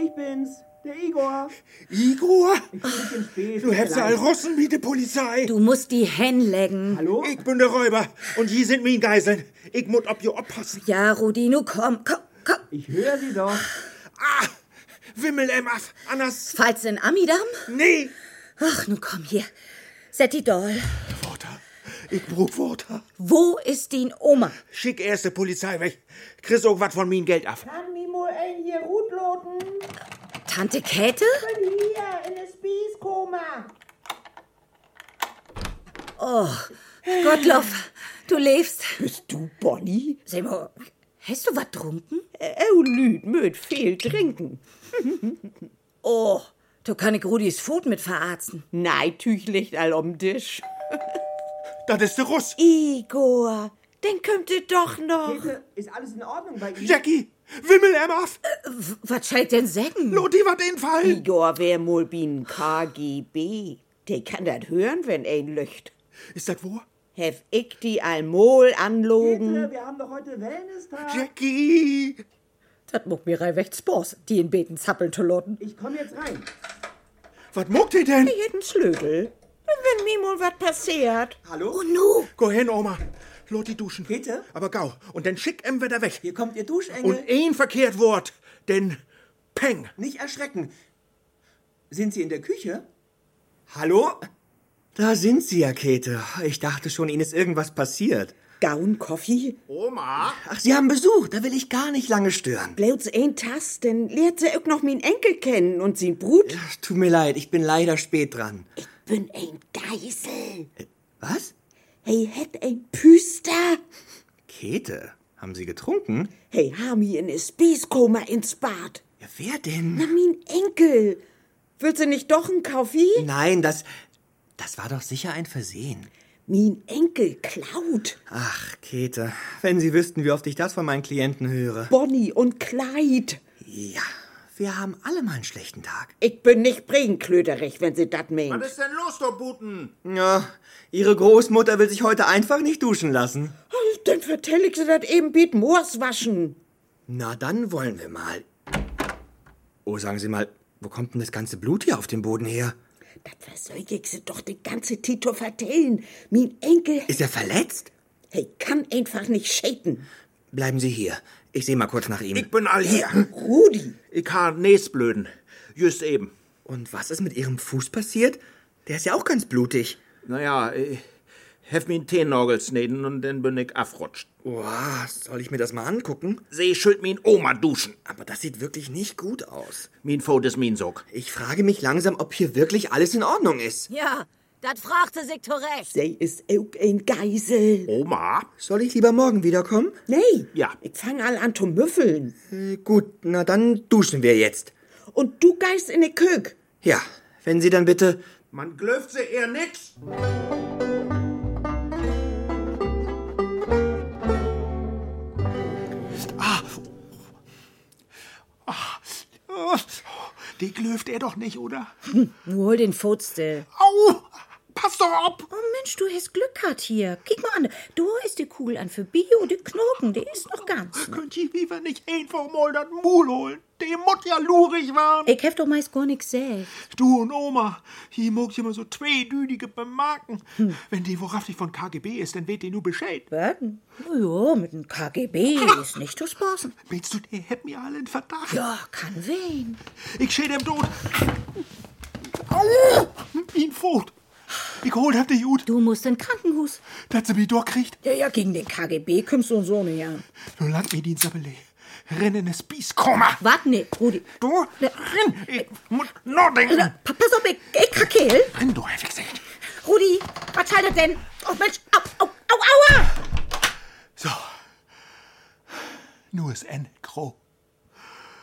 Speaker 7: Ich bin's, der Igor.
Speaker 4: Igor?
Speaker 7: Ich bin nicht im Spiel.
Speaker 4: Du hättest all Russen wie die Polizei.
Speaker 3: Du musst die hinlegen.
Speaker 4: Hallo? Ich bin der Räuber und hier sind mein Geiseln. Ich muss ob ihr oppassen.
Speaker 3: Ja, Rudi, nu komm, komm, komm.
Speaker 7: Ich höre sie doch.
Speaker 4: Ah, Wimmel im Aff, anders.
Speaker 3: Falls in Amidam?
Speaker 4: Nee.
Speaker 3: Ach, nu komm hier. Setti Doll.
Speaker 4: Ich brauch Worte.
Speaker 3: Wo ist din Oma?
Speaker 4: Schick erst die Polizei weg. Chris auch was von mein Geld ab.
Speaker 7: Kann mi mal ein hier rutloten?
Speaker 3: Tante Käthe?
Speaker 7: Bin hier in das Spießkoma.
Speaker 3: Oh, Gottlob, du lebst.
Speaker 6: Bist du Bonnie?
Speaker 3: Sag mal, hast du was trunken?
Speaker 6: Oh, Lüd, Möd, viel trinken.
Speaker 3: oh, du kann ich Rudis Food mit verarzen.
Speaker 6: Nein, Tüch liegt all um Tisch.
Speaker 4: Das ist der Russ.
Speaker 6: Igor, den kommt ihr doch noch.
Speaker 7: Käthe, ist alles in Ordnung bei Ihnen?
Speaker 4: Jackie, Wimmel er auf.
Speaker 3: was scheit denn sägen?
Speaker 4: Lo, die wat den Fall.
Speaker 6: Igor wär mol bin KGB. Der kann das hören, wenn ein löcht.
Speaker 4: Ist das wo?
Speaker 6: Hef ich die Almol anlogen?
Speaker 7: Käthe, wir haben doch heute Wellness-Tag.
Speaker 4: Jackie.
Speaker 15: Das muck mir rei rechts Boss, die in Beten zappeln zu lotten.
Speaker 7: Ich komm jetzt rein.
Speaker 4: Was muckt ihr denn?
Speaker 6: Jeden Slödel. Wenn mir mal was passiert.
Speaker 7: Hallo?
Speaker 3: Oh nu.
Speaker 4: Go hin, Oma. Lot die duschen.
Speaker 7: Käthe?
Speaker 4: Aber gau. Und dann schick em wieder weg.
Speaker 7: Hier kommt Ihr Duschengel.
Speaker 4: Und ein verkehrt Wort, denn Peng.
Speaker 7: Nicht erschrecken. Sind Sie in der Küche? Hallo? Da sind Sie ja, Käthe. Ich dachte schon, Ihnen ist irgendwas passiert.
Speaker 6: Gaun Koffee?
Speaker 4: Oma?
Speaker 7: Ach, Sie haben Besuch. Da will ich gar nicht lange stören.
Speaker 6: Bloß ein Tass, denn lehrt sie auch noch mein Enkel kennen und sin Brut.
Speaker 7: Ach, tut mir leid, ich bin leider spät dran.
Speaker 6: Bin ein Geisel.
Speaker 7: Was?
Speaker 6: Hey, hätt ein Püster.
Speaker 7: Käthe, haben Sie getrunken?
Speaker 6: Hey, Hami in is Bieskoma ins Bad.
Speaker 7: Ja, wer denn?
Speaker 6: Na, mein Enkel. Willst du nicht doch einen Kaffee?
Speaker 7: Nein, das. Das war doch sicher ein Versehen.
Speaker 6: Mein Enkel klaut.
Speaker 7: Ach, Käthe, wenn Sie wüssten, wie oft ich das von meinen Klienten höre.
Speaker 6: Bonnie und Kleid.
Speaker 7: Ja, wir haben alle mal einen schlechten Tag.
Speaker 6: Ich bin nicht bringenklöderig, wenn sie dat meint.
Speaker 16: Was ist denn los, du Buten?
Speaker 7: Ja, Ihre Großmutter will sich heute einfach nicht duschen lassen.
Speaker 6: Oh, Dann vertell ich sie dat eben biet Moors waschen.
Speaker 7: Na, dann wollen wir mal. Oh, sagen Sie mal, wo kommt denn das ganze Blut hier auf dem Boden her?
Speaker 6: Dat versäug ich sie doch die ganze Tito vertellen. Mein Enkel,
Speaker 7: Ist er verletzt?
Speaker 6: hey, kann einfach nicht schäden.
Speaker 7: Bleiben Sie hier. Ich sehe mal kurz nach ihm.
Speaker 16: Ich bin all hier.
Speaker 6: Rudi,
Speaker 16: Ich han nes blöden. Just eben.
Speaker 7: Und was ist mit Ihrem Fuß passiert? Der ist ja auch ganz blutig.
Speaker 16: Naja, ich äh, hef min Teennagel sneden und dann bin ich afrutscht.
Speaker 7: Boah, soll ich mir das mal angucken?
Speaker 16: Seh schuld min Oma duschen.
Speaker 7: Aber das sieht wirklich nicht gut aus.
Speaker 16: Min Fot ist min Sog.
Speaker 7: Ich frage mich langsam, ob hier wirklich alles in Ordnung ist.
Speaker 3: Ja, das fragte sich zurecht.
Speaker 6: sei is auch ein Geisel.
Speaker 16: Oma?
Speaker 7: Soll ich lieber morgen wiederkommen?
Speaker 6: Nee,
Speaker 16: Ja.
Speaker 6: ich fang all an zu müffeln.
Speaker 7: Äh, Gut, na dann duschen wir jetzt.
Speaker 6: Und du geist in die Kök.
Speaker 7: Ja, wenn Sie dann bitte.
Speaker 16: Man glöft se eher nix.
Speaker 4: Ah. Oh, die glöft er doch nicht, oder?
Speaker 15: Nur hol den Fotz still.
Speaker 4: Au! Pass doch ab!
Speaker 2: Oh Mensch, du hast Glück gehabt hier. Kick mal an, da ist die Kugel an für Bio, die Knochen, die ist noch ganz.
Speaker 4: Könnt ihr lieber nicht einfach mal das Mul holen? Die Mut ja lurig waren.
Speaker 2: Ich hab doch meist gar nix gesagt.
Speaker 4: Du und Oma, hier mogt immer so zwei Düdige bemerken. Wenn die worauf von KGB ist, dann weht die nur Bescheid.
Speaker 2: Werden? Ja, mit dem
Speaker 6: (laughs)
Speaker 2: KGB ist nicht zu spaßen.
Speaker 4: Meinst du, der hätt mir alle in Verdacht?
Speaker 2: Ja, kann wen.
Speaker 4: Ich schäde dem Tod. Au! Ihn fort. Ich hol hab die Jud,
Speaker 2: Du musst in Krankenhaus.
Speaker 4: dass sie mich durchkriegt.
Speaker 2: Ja, ja, gegen den KGB kommst du und so
Speaker 6: ne,
Speaker 2: nicht an.
Speaker 4: Nun lang mir die Sabbele. Renn in das Bieskoma.
Speaker 2: Warte, nee, Rudi.
Speaker 6: Äh,
Speaker 2: Äh,
Speaker 4: Du, renn. Ich muss noch denken.
Speaker 2: Pa- Pass auf, ich, ich kakel.
Speaker 4: Renn, du Heftigseid.
Speaker 2: Rudi, was schaltet denn? Oh Mensch, au, au, au, aua!
Speaker 4: So. Nur ist N. Groh.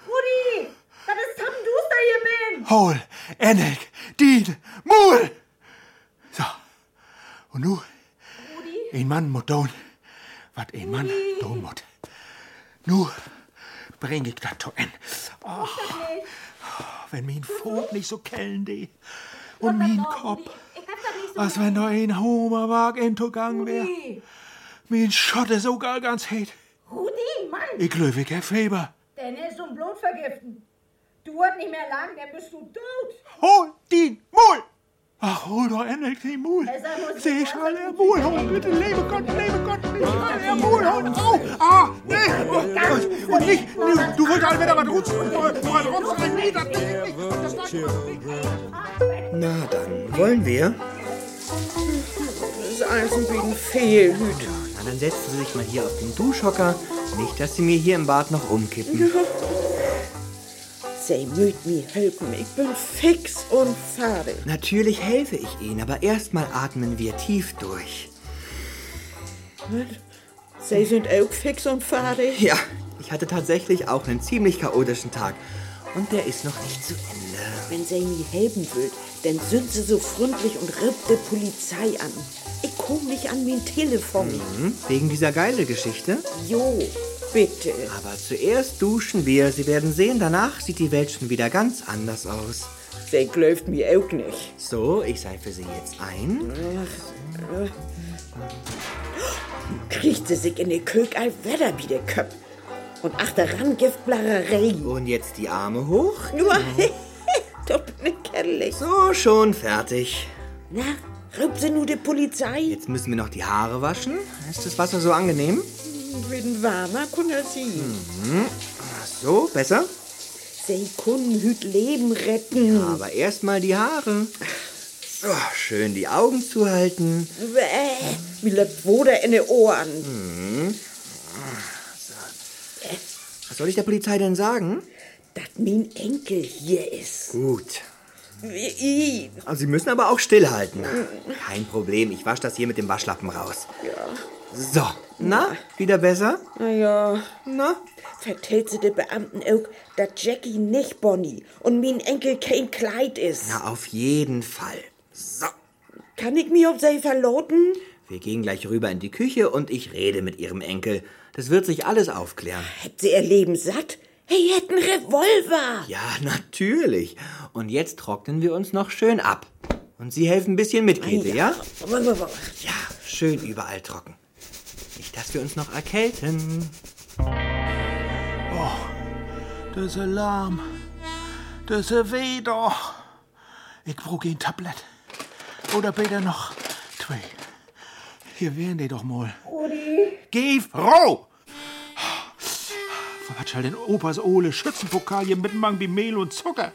Speaker 12: Rudi, was ist Tam Duster hier, Mensch?
Speaker 4: Hol, Enek,
Speaker 17: din Mul! So. Und nu, en mand må doen, wat en mand doen moet. Nu bring ich das zu Ende. Oh, wenn mein Fuß nicht so kellen die und mein Kopf, als wenn da ein Homerwag entgangen wäre. Mein Schott ist auch gar ganz hate.
Speaker 3: Rudi, Mann!
Speaker 17: Ich glaube, ich hab Fieber.
Speaker 3: Dennis und Blut vergiften. Du hast nicht mehr lang, dann bist du tot.
Speaker 17: Hol den Mul! Ach, hol doch endlich den Mul.
Speaker 3: Besser muss
Speaker 17: Seh ich mal, er Mul, hol bitte, lebe Gott, lebe Gott, nicht mal, er Mul, hol. Au, ah, nee, oh, Gott. und ich, du, du wolltest alle wieder was rutschen, was rutschen, ein Meter, das lag
Speaker 7: Na dann, wollen wir? Eisenbieten Fehlhüter. Na, dann setzen Sie sich mal hier auf den Duschhocker. Nicht, dass Sie mir hier im Bad noch umkippen.
Speaker 6: Sie mögt mir helfen. Ich bin fix und fertig.
Speaker 7: Natürlich helfe ich Ihnen, aber erstmal atmen wir tief durch.
Speaker 6: Sie sind auch fix und fertig.
Speaker 7: Ja, ich hatte tatsächlich auch einen ziemlich chaotischen Tag. Und der ist noch nicht zu Ende.
Speaker 6: Wenn sie mir helfen will, dann sind sie so freundlich und rippt die Polizei an. Ich komm nicht an mein Telefon.
Speaker 7: Hm? Wegen dieser Geile-Geschichte?
Speaker 6: Jo, bitte.
Speaker 7: Aber zuerst duschen wir. Sie werden sehen, danach sieht die Welt schon wieder ganz anders aus.
Speaker 6: Sie läuft mir auch nicht.
Speaker 7: So, ich seife sie jetzt ein.
Speaker 6: Äh, Kriegt sie sich in die Kök ein Wetter wie der Köp. Und ach, daran Giftblarerei.
Speaker 7: Und jetzt die Arme hoch.
Speaker 6: Nur, (laughs) da bin ich kerlich.
Speaker 7: So, schon fertig.
Speaker 6: Na, rübt sie nur die Polizei?
Speaker 7: Jetzt müssen wir noch die Haare waschen. Ist das Wasser so angenehm?
Speaker 6: Wird ein warmer Kunde sie.
Speaker 7: Mhm. So, besser?
Speaker 6: Sie können hüt Leben retten.
Speaker 7: Aber erstmal die Haare. So, schön die Augen zuhalten.
Speaker 6: Bäh, mir lebt Woder in die Ohren.
Speaker 7: Mhm. Was soll ich der Polizei denn sagen?
Speaker 6: Dass mein Enkel hier ist.
Speaker 7: Gut.
Speaker 6: Ih,
Speaker 7: Also Sie müssen aber auch stillhalten. Kein Problem, ich wasche das hier mit dem Waschlappen raus.
Speaker 6: Ja.
Speaker 7: So, na, wieder besser?
Speaker 6: Naja,
Speaker 7: na?
Speaker 6: Vertellt sie den Beamten auch, dass Jackie nicht Bonnie und mein Enkel kein Kleid ist.
Speaker 7: Na, auf jeden Fall. So,
Speaker 6: Kann ich mich auf sie verloten?
Speaker 7: wir gehen gleich rüber in die Küche und ich rede mit Ihrem Enkel. Das wird sich alles aufklären.
Speaker 6: Hätt sie ihr Leben satt? Hey, ihr hätt einen Revolver!
Speaker 7: Ja, (laughs) natürlich. Und jetzt trocknen wir uns noch schön ab. Und Sie helfen ein bisschen mit, Käthe, ja? Ja, schön überall trocken. Nicht, dass wir uns noch erkälten.
Speaker 4: Oh, Das Alarm. Das weh doch. Ich brauche ein Tablett. Oder besser noch zwei. Hier wären die doch mal.
Speaker 3: Rudi,
Speaker 4: Geh froh! Was soll denn Opas Ole Schützenpokal hier mitmachen wie Mehl und Zucker?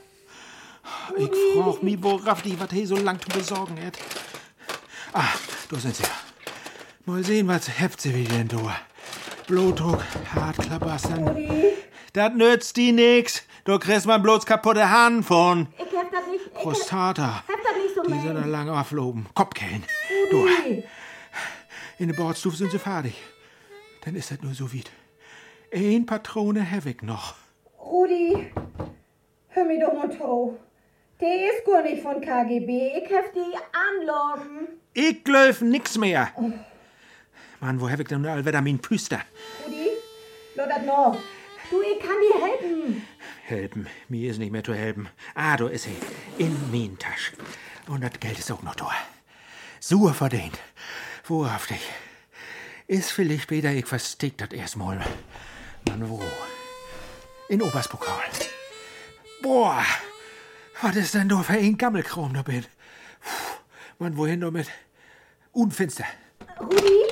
Speaker 4: Ich frag mich, worauf die was hier so lang zu besorgen hat. Ah, da sind sie. Mal sehen, was hebt sie wieder denn da. Blutdruck, Hartklappern. Das nützt die nix. Da kriegst man bloß kaputte Hand von.
Speaker 3: ich hab das nicht. Ich
Speaker 4: Prostata.
Speaker 3: hab das nicht so
Speaker 4: Die soll da
Speaker 3: mein.
Speaker 4: lang aufloben. Kopfkellen.
Speaker 3: Rudi,
Speaker 4: In der Bordstufe sind sie fertig. Dann ist das nur so weit. Ein Patrone Havoc noch.
Speaker 3: Rudi, hör mir doch mal zu. Der ist gar nicht von KGB. Ich hab die anloggen.
Speaker 4: Ich glaub nix mehr. Mann, wo Havoc denn nur allwetter mein Püster?
Speaker 3: Rudi, lodert noch. Du, ich kann dir helfen.
Speaker 4: Helpen. Mir ist nicht mehr zu helpen. Ah, da ist sie. In mein Tasch. Und das Geld ist auch noch da. Suhr verdient. Wahrhaftig. Ist vielleicht später, ich versteck das erstmal. Mann, wo? In Opas Pokal. Boah! Was ist denn da für ein Gammelkram da bin? Mann, wohin damit? Unfinster.
Speaker 3: Rudi,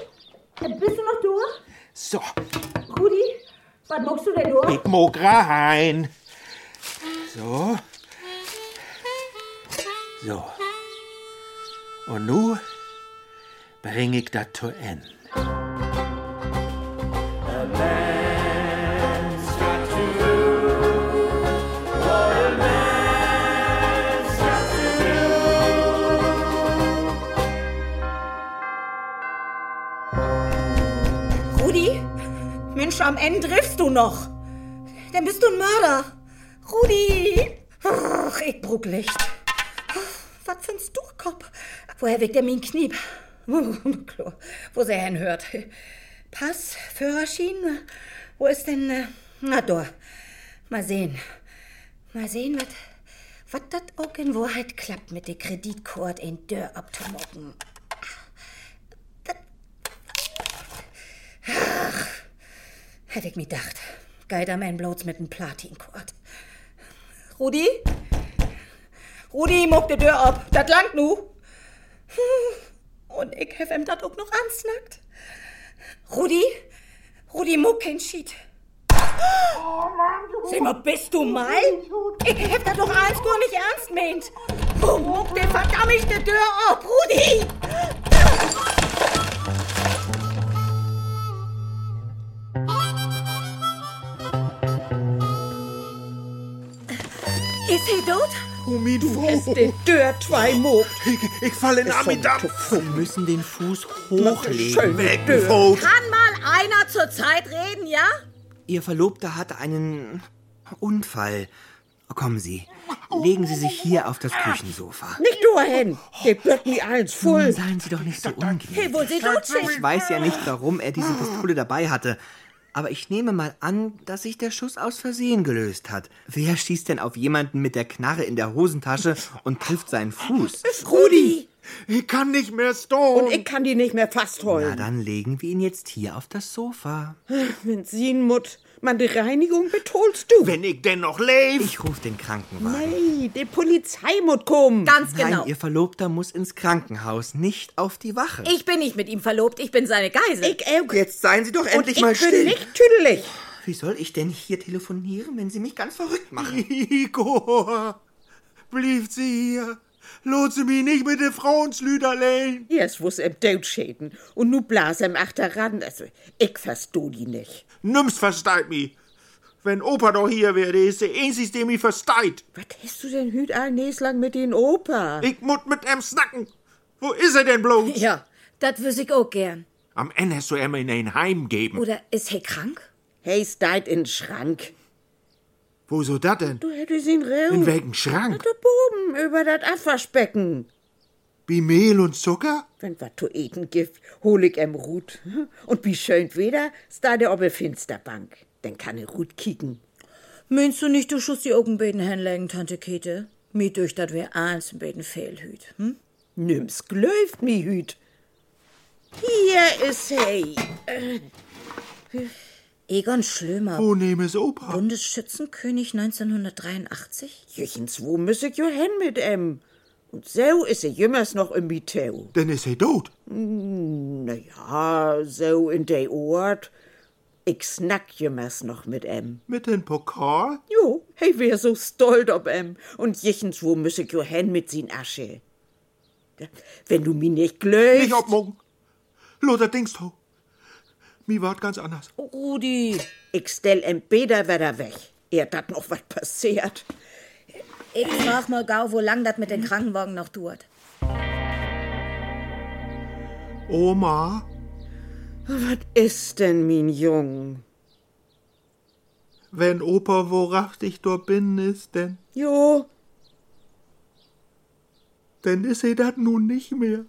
Speaker 3: bist du noch durch?
Speaker 4: So,
Speaker 3: Rudi, was muckst du denn durch?
Speaker 4: ich mag rein. So. So. Und nu bring ich das zu Ende.
Speaker 2: Rudi? Mensch, am Ende triffst du noch. Dann bist du ein Mörder. Rudi! Ach, ich bruck Licht. was für ein Sturkopf. Woher weckt er mir den Knieb? Klar, wo sie hinhört. Pass, Führerschein, wo ist denn... äh, Na, da. Mal sehen. Mal sehen, was... Was das auch in Wahrheit klappt mit der Kreditkort in Dörr abzumocken. Ach, hätte ich mir gedacht. Geiderman bloß mit einem Platinkord. Rudi? Rudi, mock de Dörr ab. Das langt nu. Und ich hef ihm dat auch noch ansnackt. Rudi? Rudi, muck kein Schied. Seh mal, bist du mal? Ich hef das doch alles gar nicht ernst meint. Oh, muck den verdammte Dörr ab, Rudi!
Speaker 3: Ist sie tot?
Speaker 6: Oh, mein du hast den Dörr zwei Mogt.
Speaker 16: Ich, ich falle in Amidam.
Speaker 7: Wir müssen den Fuß
Speaker 6: Schön,
Speaker 7: hochlegen. Äh,
Speaker 6: Weg,
Speaker 3: Kann mal einer zur Zeit reden, ja?
Speaker 7: Ihr Verlobter hat einen Unfall. Kommen Sie, legen Sie sich hier auf das Küchensofa.
Speaker 6: Nicht nur hin. Der bleibt mir eins voll.
Speaker 7: Seien Sie doch nicht so ungnädig.
Speaker 3: Hey, wo sie tot
Speaker 7: Ich weiß ja nicht, warum er diese Pistole dabei hatte. Aber ich nehme mal an, dass sich der Schuss aus Versehen gelöst hat. Wer schießt denn auf jemanden mit der Knarre in der Hosentasche und trifft seinen Fuß?
Speaker 6: Rudi!
Speaker 16: Ich kann nicht mehr Stone.
Speaker 6: Und ich kann die nicht mehr fast
Speaker 7: Na,
Speaker 6: holen.
Speaker 7: dann legen wir ihn jetzt hier auf das Sofa.
Speaker 6: Benzinmut, man, die Reinigung betonst du.
Speaker 16: Wenn ich dennoch lebe.
Speaker 7: Ich rufe den Krankenwagen.
Speaker 6: Nein, die Polizei muss kommen.
Speaker 3: Ganz
Speaker 7: Nein,
Speaker 3: genau.
Speaker 7: ihr Verlobter muss ins Krankenhaus, nicht auf die Wache.
Speaker 3: Ich bin nicht mit ihm verlobt, ich bin seine Geisel.
Speaker 6: Ich auch.
Speaker 7: Jetzt seien Sie doch
Speaker 6: Und
Speaker 7: endlich
Speaker 6: ich
Speaker 7: mal
Speaker 6: bin
Speaker 7: still.
Speaker 6: nicht tüdelig.
Speaker 7: Wie soll ich denn hier telefonieren, wenn Sie mich ganz verrückt machen?
Speaker 16: Igor, blieb sie hier. Lotse mich nicht mit den Frauenslüderlein.
Speaker 6: Erst wusste im Deutsch schäden und nu blas im Achteran. Also, ich versteh die nicht.
Speaker 16: Nimm's versteht mich. Wenn Opa doch hier wäre, ist der einzige, der mich versteht.
Speaker 6: Was hast du denn hüt all nächst lang mit den Opa?
Speaker 16: Ich muss mit ihm snacken. Wo ist er denn bloß?
Speaker 3: Ja, das wüsste ich auch gern.
Speaker 16: Am Ende hast du ihm in ein Heim geben.
Speaker 3: Oder ist er krank?
Speaker 6: Hey, steit in den Schrank.
Speaker 16: Wo so dat denn?
Speaker 6: Du hättest ihn
Speaker 16: In
Speaker 6: raus.
Speaker 16: welchen Schrank?
Speaker 6: Du Buben über das Abwaschbecken.
Speaker 16: Wie Mehl und Zucker?
Speaker 6: Wenn wat zu eten gibt, hol ich em Rut. (laughs) Und wie schön wieder, steit er ob der Finsterbank. Dann kann er Rut kicken.
Speaker 2: Meinst du nicht, du schuss die Augenbeten hinlegen, Tante Käthe? Mir durch, dat wir eins im Beten fehlhüt. Hm?
Speaker 6: Nimm's glöft mi Hüt. Hier ist hey.
Speaker 2: Egon Schlömer,
Speaker 16: Wo nehm es Opa?
Speaker 2: Bundesschützenkönig 1983?
Speaker 6: Jechens, wo muss ich jo hin mit em? Und so ist er jümmers noch im Biteu.
Speaker 16: Dann ist er tot.
Speaker 6: Na ja, so in der Ort. Ich snack jümmers noch mit em.
Speaker 16: Mit dem Pokal?
Speaker 6: Jo, hey, wär so stolz ob em. Und jechens, wo muss ich jo hin mit sin Asche? Wenn du mi nicht glöst.
Speaker 16: Ich hab morgen. Lothar Dingstau. Mir wart ganz anders.
Speaker 2: Rudi,
Speaker 6: Ich stell em Bäder wieder weg. Er dat noch was passiert.
Speaker 2: ich frag mal gau, wo lang dat mit den Krankenwagen noch dauert.
Speaker 16: Oma,
Speaker 6: Was ist denn, min Jung?
Speaker 16: wenn Opa worauf ich dort bin, ist denn,
Speaker 6: Jo,
Speaker 16: denn ist er das nun nicht mehr.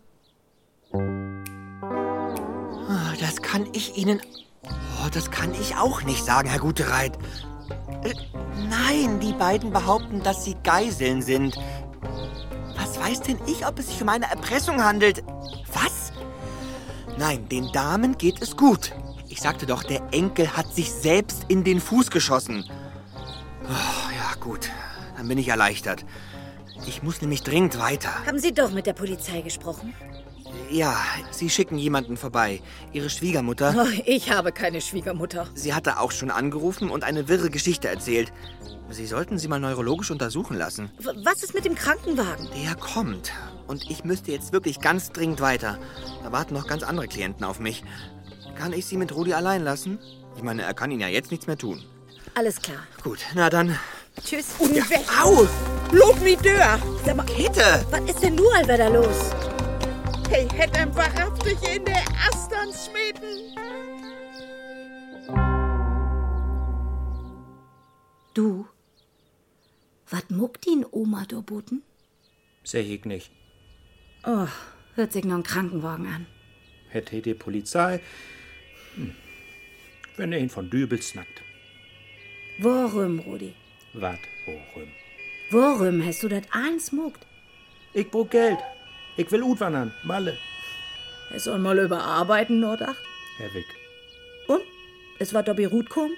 Speaker 7: (laughs) Ah, Das kann ich Ihnen. Oh, das kann ich auch nicht sagen, Herr Gutereit. Äh, Nein, die beiden behaupten, dass sie Geiseln sind. Was weiß denn ich, ob es sich um eine Erpressung handelt? Was? Nein, den Damen geht es gut. Ich sagte doch, der Enkel hat sich selbst in den Fuß geschossen. Oh, ja, gut. Dann bin ich erleichtert. Ich muss nämlich dringend weiter.
Speaker 3: Haben Sie doch mit der Polizei gesprochen?
Speaker 7: Ja, Sie schicken jemanden vorbei. Ihre Schwiegermutter.
Speaker 3: Oh, ich habe keine Schwiegermutter.
Speaker 7: Sie hatte auch schon angerufen und eine wirre Geschichte erzählt. Sie sollten sie mal neurologisch untersuchen lassen.
Speaker 3: W was ist mit dem Krankenwagen?
Speaker 7: Der kommt. Und ich müsste jetzt wirklich ganz dringend weiter. Da warten noch ganz andere Klienten auf mich. Kann ich Sie mit Rudi allein lassen? Ich meine, er kann Ihnen ja jetzt nichts mehr tun.
Speaker 3: Alles klar.
Speaker 7: Gut, na dann.
Speaker 3: Tschüss.
Speaker 7: Ja, au!
Speaker 6: lob mi Dörr.
Speaker 3: Sag mal,
Speaker 7: Käthe!
Speaker 3: was ist denn nur da los?
Speaker 6: Hey, hätt em wahrhaftig in der Astern schmieden.
Speaker 2: Du, wat muckt ihn Oma Dorboten?
Speaker 4: Sehr nicht.
Speaker 3: Oh, hört sich noch ein Krankenwagen an.
Speaker 4: Hätte die Polizei. Hm. Wenn er ihn von Dübel snackt.
Speaker 3: Worum, Rudi?
Speaker 4: Wat, worum?
Speaker 3: Worum hast du das eins muckt?
Speaker 4: Ich brauch Geld. Ich will utwandern, Malle.
Speaker 3: Es soll mal überarbeiten, Nordach.
Speaker 4: Herr Wick,
Speaker 3: Und? Es war Dobby Ruth kommen?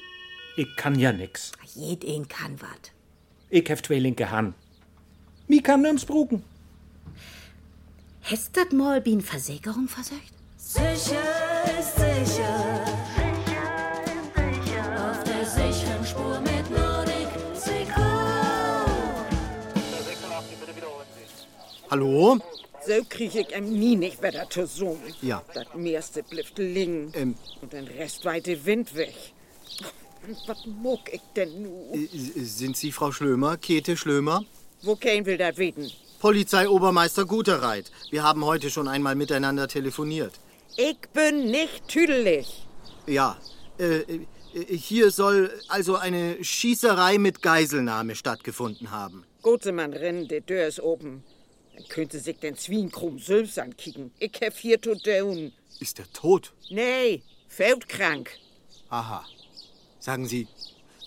Speaker 4: ich kann ja nix.
Speaker 3: Jeden kann wat.
Speaker 4: Ich hef zwei linke Hand. Mi kann nimm's brucken.
Speaker 3: Hast dat mal bin Versicherung versöcht?
Speaker 18: Sicher ist sicher. Auf der sicheren Spur mit Nordic Secure.
Speaker 11: Hallo?
Speaker 6: So krieg ich ihm nie nicht wieder zusammen.
Speaker 11: Ja.
Speaker 6: Das meiste bleibt liegen.
Speaker 11: Ähm.
Speaker 6: Und den Rest weite Wind weg. Was muck ich denn nu?
Speaker 11: Äh, Sind Sie Frau Schlömer, Käthe Schlömer?
Speaker 6: Wo kein will das wissen?
Speaker 11: Polizeiobermeister Guterreit. Wir haben heute schon einmal miteinander telefoniert.
Speaker 6: Ich bin nicht tüdelig.
Speaker 11: Ja, äh, äh, hier soll also eine Schießerei mit Geiselnahme stattgefunden haben.
Speaker 6: Gute Mann rennen, die Tür ist oben. Dann könnte sich den Zwien krumm Sülfs ankicken. Ich hab hier zu tun.
Speaker 11: Ist er tot?
Speaker 6: Nee, feldkrank.
Speaker 11: Aha. Sagen Sie,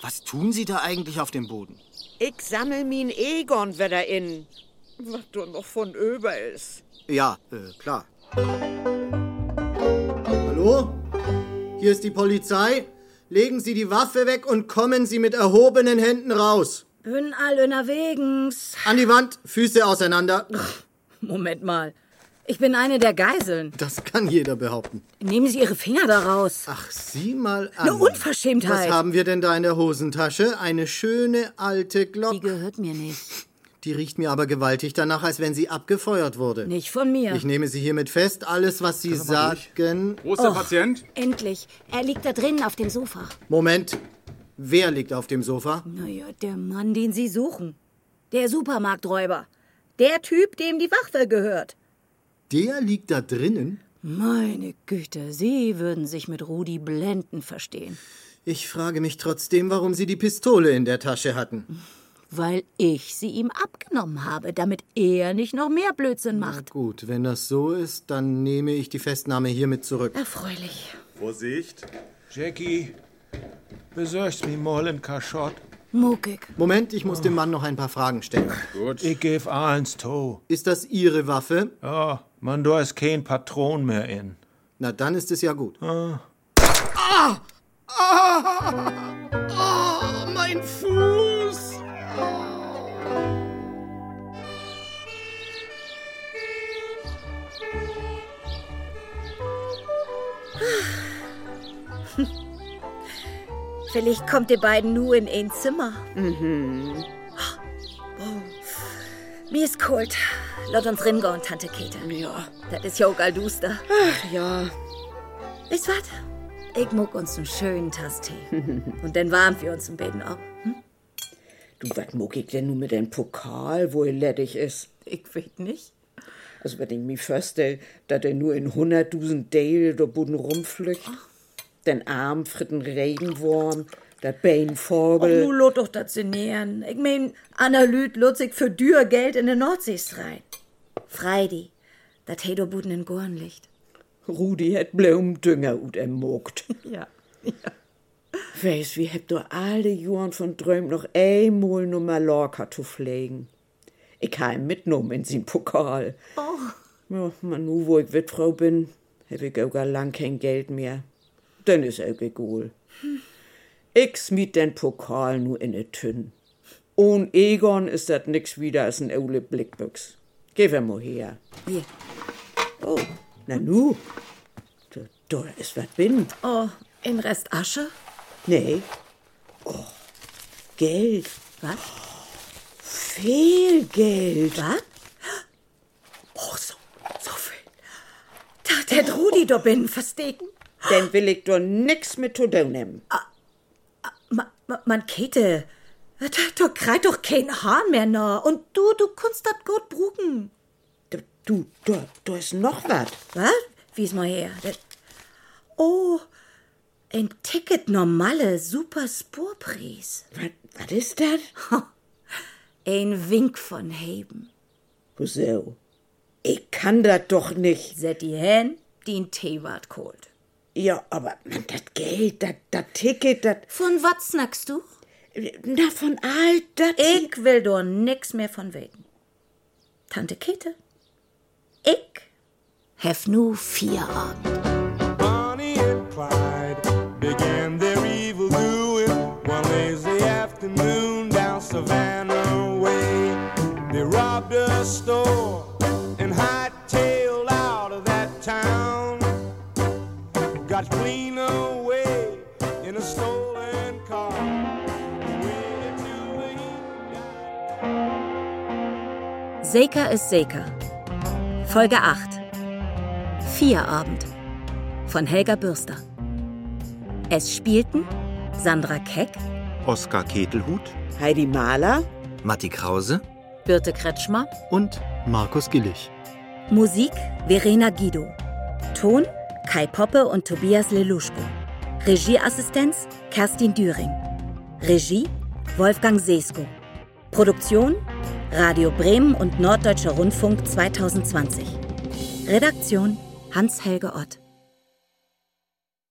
Speaker 11: was tun Sie da eigentlich auf dem Boden?
Speaker 6: Ich sammel min Egon wieder in. Was da noch von über ist.
Speaker 11: Ja, äh, klar. Hallo? Hier ist die Polizei. Legen Sie die Waffe weg und kommen Sie mit erhobenen Händen raus.
Speaker 3: Bin all unterwegs.
Speaker 11: An die Wand, Füße auseinander.
Speaker 3: Moment mal. Ich bin eine der Geiseln.
Speaker 11: Das kann jeder behaupten.
Speaker 3: Nehmen Sie Ihre Finger da raus.
Speaker 11: Ach, sieh mal an.
Speaker 3: Eine Unverschämtheit.
Speaker 11: Was haben wir denn da in der Hosentasche? Eine schöne alte Glocke. Die
Speaker 3: gehört mir nicht.
Speaker 11: Die riecht mir aber gewaltig danach, als wenn sie abgefeuert wurde.
Speaker 3: Nicht von mir.
Speaker 11: Ich nehme sie hiermit fest. Alles, was Sie sagen.
Speaker 3: Wo ist der Och. Patient? Endlich. Er liegt da drinnen auf dem Sofa.
Speaker 11: Moment. Wer liegt auf dem Sofa?
Speaker 3: Naja, der Mann, den Sie suchen. Der Supermarkträuber. Der Typ, dem die Waffe gehört.
Speaker 11: Der liegt da drinnen?
Speaker 3: Meine Güte, Sie würden sich mit Rudi blenden verstehen.
Speaker 11: Ich frage mich trotzdem, warum Sie die Pistole in der Tasche hatten.
Speaker 3: Weil ich sie ihm abgenommen habe, damit er nicht noch mehr Blödsinn macht.
Speaker 11: Gut, wenn das so ist, dann nehme ich die Festnahme hiermit zurück.
Speaker 3: Erfreulich.
Speaker 5: Vorsicht. Jackie, besorgst mir mal im Kaschott.
Speaker 3: Muckig.
Speaker 11: Moment, ich muss dem Mann noch ein paar Fragen stellen.
Speaker 5: Gut. Ich gebe eins to.
Speaker 11: Ist das Ihre Waffe?
Speaker 5: Ja, man, da ist kein Patron mehr in.
Speaker 11: Na, dann ist es ja gut.
Speaker 18: Ah! Ah! Ah! Mein Fuß!
Speaker 3: Vielleicht kommt ihr beiden nur in ein Zimmer.
Speaker 6: Mhm.
Speaker 3: Mir ist kalt. Lass uns ringo und Tante Käthe.
Speaker 6: Ja.
Speaker 3: Das ist ja auch all duster.
Speaker 6: Ach ja.
Speaker 3: Weißt wat? Ich muck uns einen schönen Tass Tee. (laughs) Und dann warmen wir uns im Beten ab.
Speaker 6: Du, was muck ich denn nun mit dem Pokal, wo er ledig ist?
Speaker 3: Ich weet nicht.
Speaker 6: Also, wenn ich mir vorstelle, dass er nur in hunderttausend Dale der Boden rumflücht, den Arm fritt ein Regenwurm, der Bein
Speaker 3: Und
Speaker 6: Vogel.
Speaker 3: nun lot doch das nähern. Ich mein, Analyt lot sich für dür Geld in den Nordsee rein. Freidi, dat hedo buden in Gornlicht.
Speaker 6: Rudi hat Blumdünger ut ermogt.
Speaker 3: Ja.
Speaker 6: Weiß, wie hab du alle Joren von Dröm noch einmal nur Mallorca zu pflegen. Ich ha ihn mitgenommen in sin Pokal. Ja, man nu, wo ich Witfrau bin, hab ich auch gar lang kein Geld mehr. Dann ist auch egal. Ich smiet den Pokal nur in ne Tünn. Ohn Egon ist dat nix wieder als ein Eule Blickbüchs. Geh wir mal her.
Speaker 3: Hier.
Speaker 6: Oh, na nu. Da, da ist wat bin.
Speaker 3: Oh, in Rest Asche?
Speaker 6: Nee. Oh, Geld.
Speaker 3: Was?
Speaker 6: Viel Geld.
Speaker 3: Was? Oh, so, so viel. Da hat der Rudi da bin versteken.
Speaker 6: Dann will ich doch nix mit zu tun haben.
Speaker 3: Ma, ma, man Käthe, äh, da, da kreit doch kein Hahn mehr nah. Und du, du kunst dat gut brucken.
Speaker 6: Du, da, da ist noch was.
Speaker 3: Was? Wie's mal her. Das- Oh, ein Ticket normale Super Spurpries.
Speaker 6: Was ist das?
Speaker 3: Ein Wink von Heben.
Speaker 6: So. Ich kann das doch nicht.
Speaker 8: Set die hin, den Tee ward geholt.
Speaker 6: Ja, aber man, das Geld, das das Ticket, das.
Speaker 8: Von was snackst du?
Speaker 6: Na, von all das.
Speaker 8: Ich will doch nix mehr von weten. Tante Käthe, ich have nu vier Abend.
Speaker 4: Bonnie and Clyde began their evil doing one lazy afternoon down Savannah Way. They robbed a store and hightailed out of that town. Got clean away in a stolen car. Way to the
Speaker 8: Seeker ist Seeker. Folge 8. Vierabend von Helga Bürster. Es spielten Sandra Keck,
Speaker 7: Oskar Ketelhut,
Speaker 19: Heidi Mahler,
Speaker 7: Matti Krause
Speaker 8: Birte Kretschmer,
Speaker 7: und Markus Gillig.
Speaker 8: Musik Verena Guido, Ton Kai Poppe und Tobias Leluschko, Regieassistenz Kerstin Düring, Regie Wolfgang Sesko, Produktion Radio Bremen und Norddeutscher Rundfunk 2020, Redaktion Hans-Helge Ott.